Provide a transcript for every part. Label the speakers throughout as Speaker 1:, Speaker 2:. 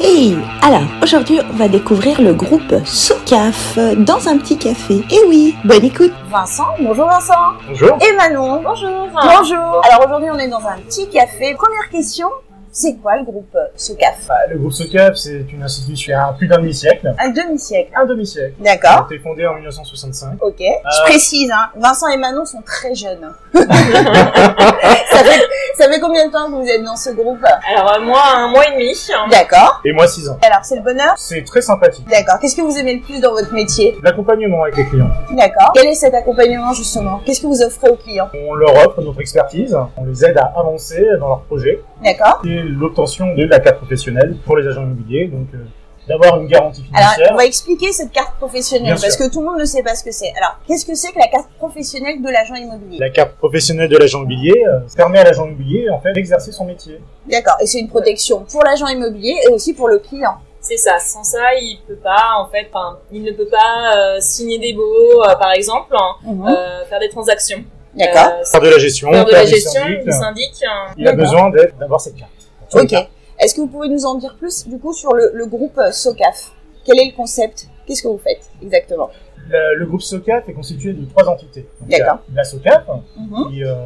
Speaker 1: Oui Alors, aujourd'hui, on va découvrir le groupe Soukaf dans un petit café. Et oui, bonne écoute
Speaker 2: Vincent, bonjour Vincent
Speaker 3: Bonjour.
Speaker 2: Et Manon
Speaker 4: Bonjour.
Speaker 2: Bonjour Alors aujourd'hui, on est dans un petit café. Première question, c'est quoi le groupe euh, Socaf
Speaker 3: Bah, le groupe SOCAF, c'est une institution il y a plus d'un demi-siècle.
Speaker 2: Un demi-siècle.
Speaker 3: Un demi-siècle. Il a
Speaker 2: D'accord.
Speaker 3: été fondé en 1965.
Speaker 2: Ok. Je précise, hein, Vincent et Manon sont très jeunes. ça, fait, ça fait combien de temps que vous êtes dans ce groupe
Speaker 4: Alors euh, moi, un mois et demi. hein.
Speaker 2: D'accord.
Speaker 3: Et moi, 6 ans.
Speaker 2: Alors, c'est le bonheur
Speaker 3: C'est très sympathique.
Speaker 2: D'accord. Qu'est-ce que vous aimez le plus dans votre métier
Speaker 3: L'accompagnement avec les clients.
Speaker 2: D'accord. Quel est cet accompagnement justement Qu'est-ce que vous offrez aux clients
Speaker 3: On leur offre notre expertise, on les aide à avancer dans leurs projets
Speaker 2: D'accord.
Speaker 3: et l'obtention de la carte professionnelle pour les agents immobiliers. Donc, euh, d'avoir une garantie
Speaker 2: Alors,
Speaker 3: financière.
Speaker 2: on va expliquer cette carte professionnelle
Speaker 3: Bien
Speaker 2: parce
Speaker 3: sûr.
Speaker 2: que tout le monde ne sait pas ce que c'est. Alors, qu'est-ce que c'est que la carte professionnelle de l'agent immobilier
Speaker 3: La carte professionnelle de l'agent immobilier euh, permet à l'agent immobilier en fait d'exercer son métier.
Speaker 2: D'accord. Et c'est une protection pour l'agent immobilier et aussi pour le client.
Speaker 4: C'est ça. Sans ça, il peut pas, en fait, enfin, il ne peut pas euh, signer des baux, euh, par exemple, hein, euh, faire des transactions,
Speaker 2: Mmh. D'accord.
Speaker 4: Euh,
Speaker 3: Faire de la gestion,
Speaker 4: faire de la
Speaker 3: du
Speaker 4: gestion,
Speaker 3: syndic.
Speaker 4: du syndic. hein.
Speaker 3: Il a
Speaker 2: D'accord.
Speaker 3: besoin d'être- d'avoir cette carte.
Speaker 2: ok. Est-ce que vous pouvez nous en dire plus du coup sur le, le groupe euh, SOCAF Quel est le concept Qu'est-ce que vous faites exactement
Speaker 3: Le, le groupe SOCAF est constitué de trois entités. Donc, il y a
Speaker 2: D'accord.
Speaker 3: La SOCAF,
Speaker 2: Mhm.
Speaker 3: qui, euh,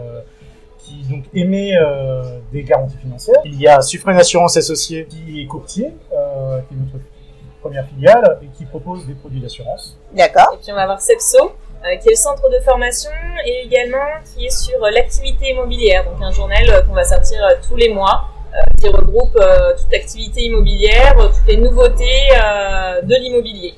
Speaker 3: qui donc émet euh, des garanties financières. Il y a Suffren Assurance Associée qui est courtier, euh, qui est notre première filiale et qui propose des produits d'assurance.
Speaker 2: D'accord.
Speaker 4: Et puis on va avoir Cepso, euh, qui est le centre de formation et également qui est sur euh, l'activité immobilière, donc un journal euh, qu'on va sortir euh, tous les mois, euh, qui regroupe euh, toute l'activité immobilière, euh, toutes les nouveautés euh, de l'immobilier.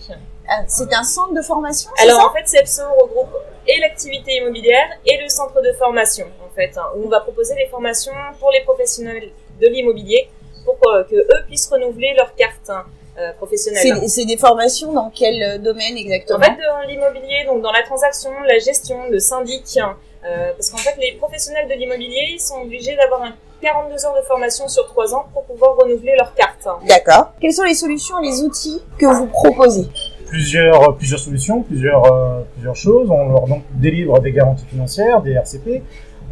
Speaker 2: Ah, C'est un centre de formation c'est
Speaker 4: Alors
Speaker 2: ça
Speaker 4: en fait, CEPSO regroupe et l'activité immobilière et le centre de formation, en fait, hein, où on va proposer des formations pour les professionnels de l'immobilier pour euh, que eux puissent renouveler leur carte hein, euh, professionnelle.
Speaker 2: C'est- c'est des formations dans quel euh, domaine
Speaker 4: En
Speaker 2: exactement
Speaker 4: fait, dans l'immobilier, donc dans la transaction, la gestion, le syndic, hein, euh, parce qu'en fait, les professionnels de l'immobilier ils sont obligés d'avoir un 42 heures de formation sur 3 ans pour pouvoir renouveler leur carte. hein.
Speaker 2: D'accord. Quelles sont les solutions, les outils que vous proposez
Speaker 3: Plusieurs, euh, plusieurs solutions, plusieurs, euh, plusieurs choses. On leur donc délivre des garanties financières, des RCP,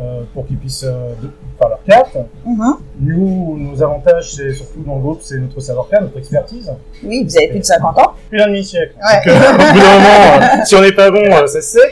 Speaker 3: euh, pour qu'ils puissent euh, de- faire leur carte.
Speaker 2: Mhm.
Speaker 3: Nous, nos avantages, c'est surtout dans le groupe, c'est notre savoir-faire, notre expertise.
Speaker 2: Oui, vous avez plus de 50 ans.
Speaker 3: Plus d'un demi-siècle.
Speaker 2: Ouais.
Speaker 3: Donc, euh, au bout d'un moment, euh, si on n'est pas bon, euh, ça se sait.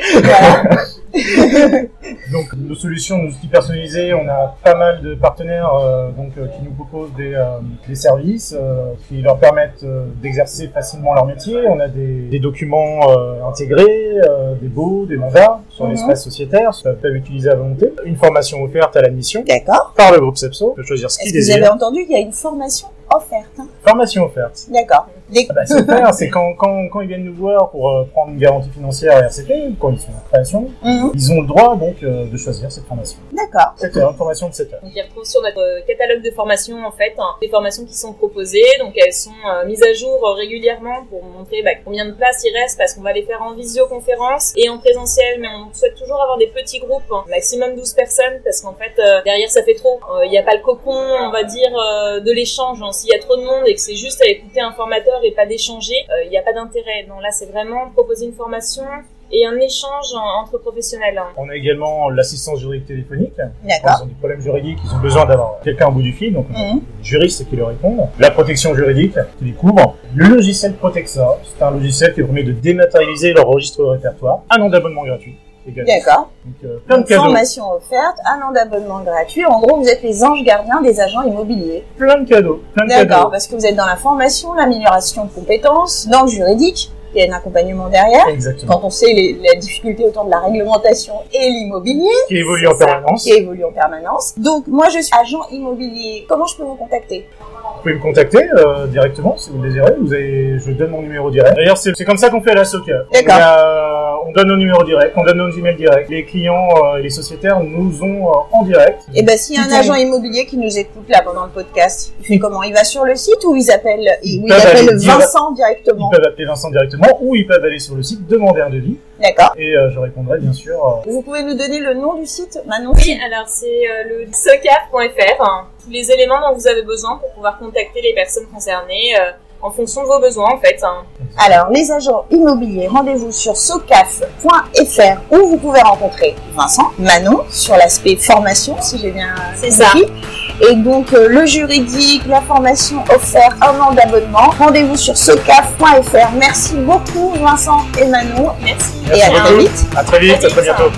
Speaker 3: Donc nos solutions, nos outils personnalisés, on a pas mal de partenaires euh, donc, euh, qui nous proposent des, euh, des services euh, qui leur permettent euh, d'exercer facilement leur métier. On a des, des documents euh, intégrés, euh, des baux, des mandats sur
Speaker 2: Mhm.
Speaker 3: l'espace sociétaire, ça peut être utilisé à volonté. Une formation offerte à l'admission
Speaker 2: D'accord.
Speaker 3: par le groupe SEPSO, on peut choisir ce
Speaker 2: Est-ce
Speaker 3: qu'il
Speaker 2: que vous
Speaker 3: désire.
Speaker 2: avez entendu qu'il y a une formation offerte hein
Speaker 3: Formation offerte.
Speaker 2: D'accord. Des-
Speaker 3: Ah bah, c'est offert, c'est quand, quand, quand ils viennent nous voir pour euh, prendre une garantie financière à RCP, quand ils sont en création,
Speaker 2: Mhm.
Speaker 3: ils ont le droit donc euh, de choisir cette formation.
Speaker 2: D'accord.
Speaker 3: 7 heures, une formation de 7 heures.
Speaker 4: Donc, ils retrouvent sur notre euh, catalogue de formations, en fait, hein, les formations qui sont proposées. Donc, elles sont euh, mises à jour euh, régulièrement pour montrer bah, combien de places il reste parce qu'on va les faire en visioconférence et en présentiel. Mais on souhaite toujours avoir des petits groupes, hein, maximum 12 personnes parce qu'en fait, euh, derrière, ça fait trop. Euh, Il n'y a pas le cocon, on va dire, euh, de l'échange. hein. S'il y a trop de monde et que c'est juste à écouter un formateur et pas d'échanger, euh, il n'y a pas d'intérêt. Non, là, c'est vraiment proposer une formation et un échange en- entre professionnels. hein.
Speaker 3: On a également l'assistance juridique téléphonique. Quand
Speaker 2: D'accord.
Speaker 3: ils ont des problèmes juridiques, ils ont besoin d'avoir quelqu'un au bout du fil, donc un
Speaker 2: Mhm.
Speaker 3: juriste qui leur répond. La protection juridique qui les couvre. Le logiciel Protexa, c'est un logiciel qui permet de dématérialiser leur registre de répertoire. Un an d'abonnement gratuit également.
Speaker 2: D'accord.
Speaker 3: Donc euh, plein de
Speaker 2: Donc,
Speaker 3: cadeaux.
Speaker 2: formation offerte, un an d'abonnement gratuit. En gros, vous êtes les anges gardiens des agents immobiliers.
Speaker 3: Plein de cadeaux. Plein de
Speaker 2: D'accord.
Speaker 3: cadeaux.
Speaker 2: Parce que vous êtes dans la formation, l'amélioration de compétences, dans le juridique. Il y a un accompagnement derrière.
Speaker 3: Exactement.
Speaker 2: Quand on sait les, la difficulté autour de la réglementation et l'immobilier
Speaker 3: Qui évolue en
Speaker 4: C'est ça.
Speaker 3: permanence.
Speaker 2: qui évolue en permanence. Donc, moi, je suis agent immobilier. Comment je peux vous contacter
Speaker 3: Vous pouvez me contacter euh, directement si vous le désirez. Vous avez, je donne mon numéro direct. D'ailleurs, c'est c'est comme ça qu'on fait à la SOCA.
Speaker 2: D'accord.
Speaker 3: On, a- euh, on donne nos numéros directs, on donne nos emails directs. Les clients euh, et les sociétaires nous ont euh, en direct.
Speaker 2: Eh ben, s'il y a un
Speaker 3: Tout à
Speaker 2: agent immobilier qui nous écoute là pendant le podcast, il fait comment Il va sur le site ou ils appellent, ils, ou ils
Speaker 3: peuvent
Speaker 2: appellent
Speaker 3: aller dire-
Speaker 2: Vincent
Speaker 3: Ils
Speaker 2: directement
Speaker 3: peuvent appeler Vincent directement ou ils peuvent aller sur le site, demander un devis
Speaker 2: D'accord.
Speaker 3: et euh, je répondrai bien sûr. euh,
Speaker 2: Vous pouvez nous donner le nom du site, Manon
Speaker 4: Oui, alors c'est euh, le socaf.fr, hein. tous les éléments dont vous avez besoin pour pouvoir contacter les personnes concernées euh, en fonction de vos besoins en fait. hein.
Speaker 2: Alors, les agents immobiliers, rendez-vous sur socaf.fr où vous pouvez rencontrer Vincent, Manon sur l'aspect formation, si j'ai bien
Speaker 4: C'est
Speaker 2: compris, Et donc, euh, le juridique, la formation offerte, un an d'abonnement. Rendez-vous sur socaf.fr. Merci beaucoup, Vincent et Manon.
Speaker 4: Merci.
Speaker 2: Et à
Speaker 3: Merci
Speaker 2: très
Speaker 3: beaucoup.
Speaker 2: vite.
Speaker 3: À très vite, à très bientôt.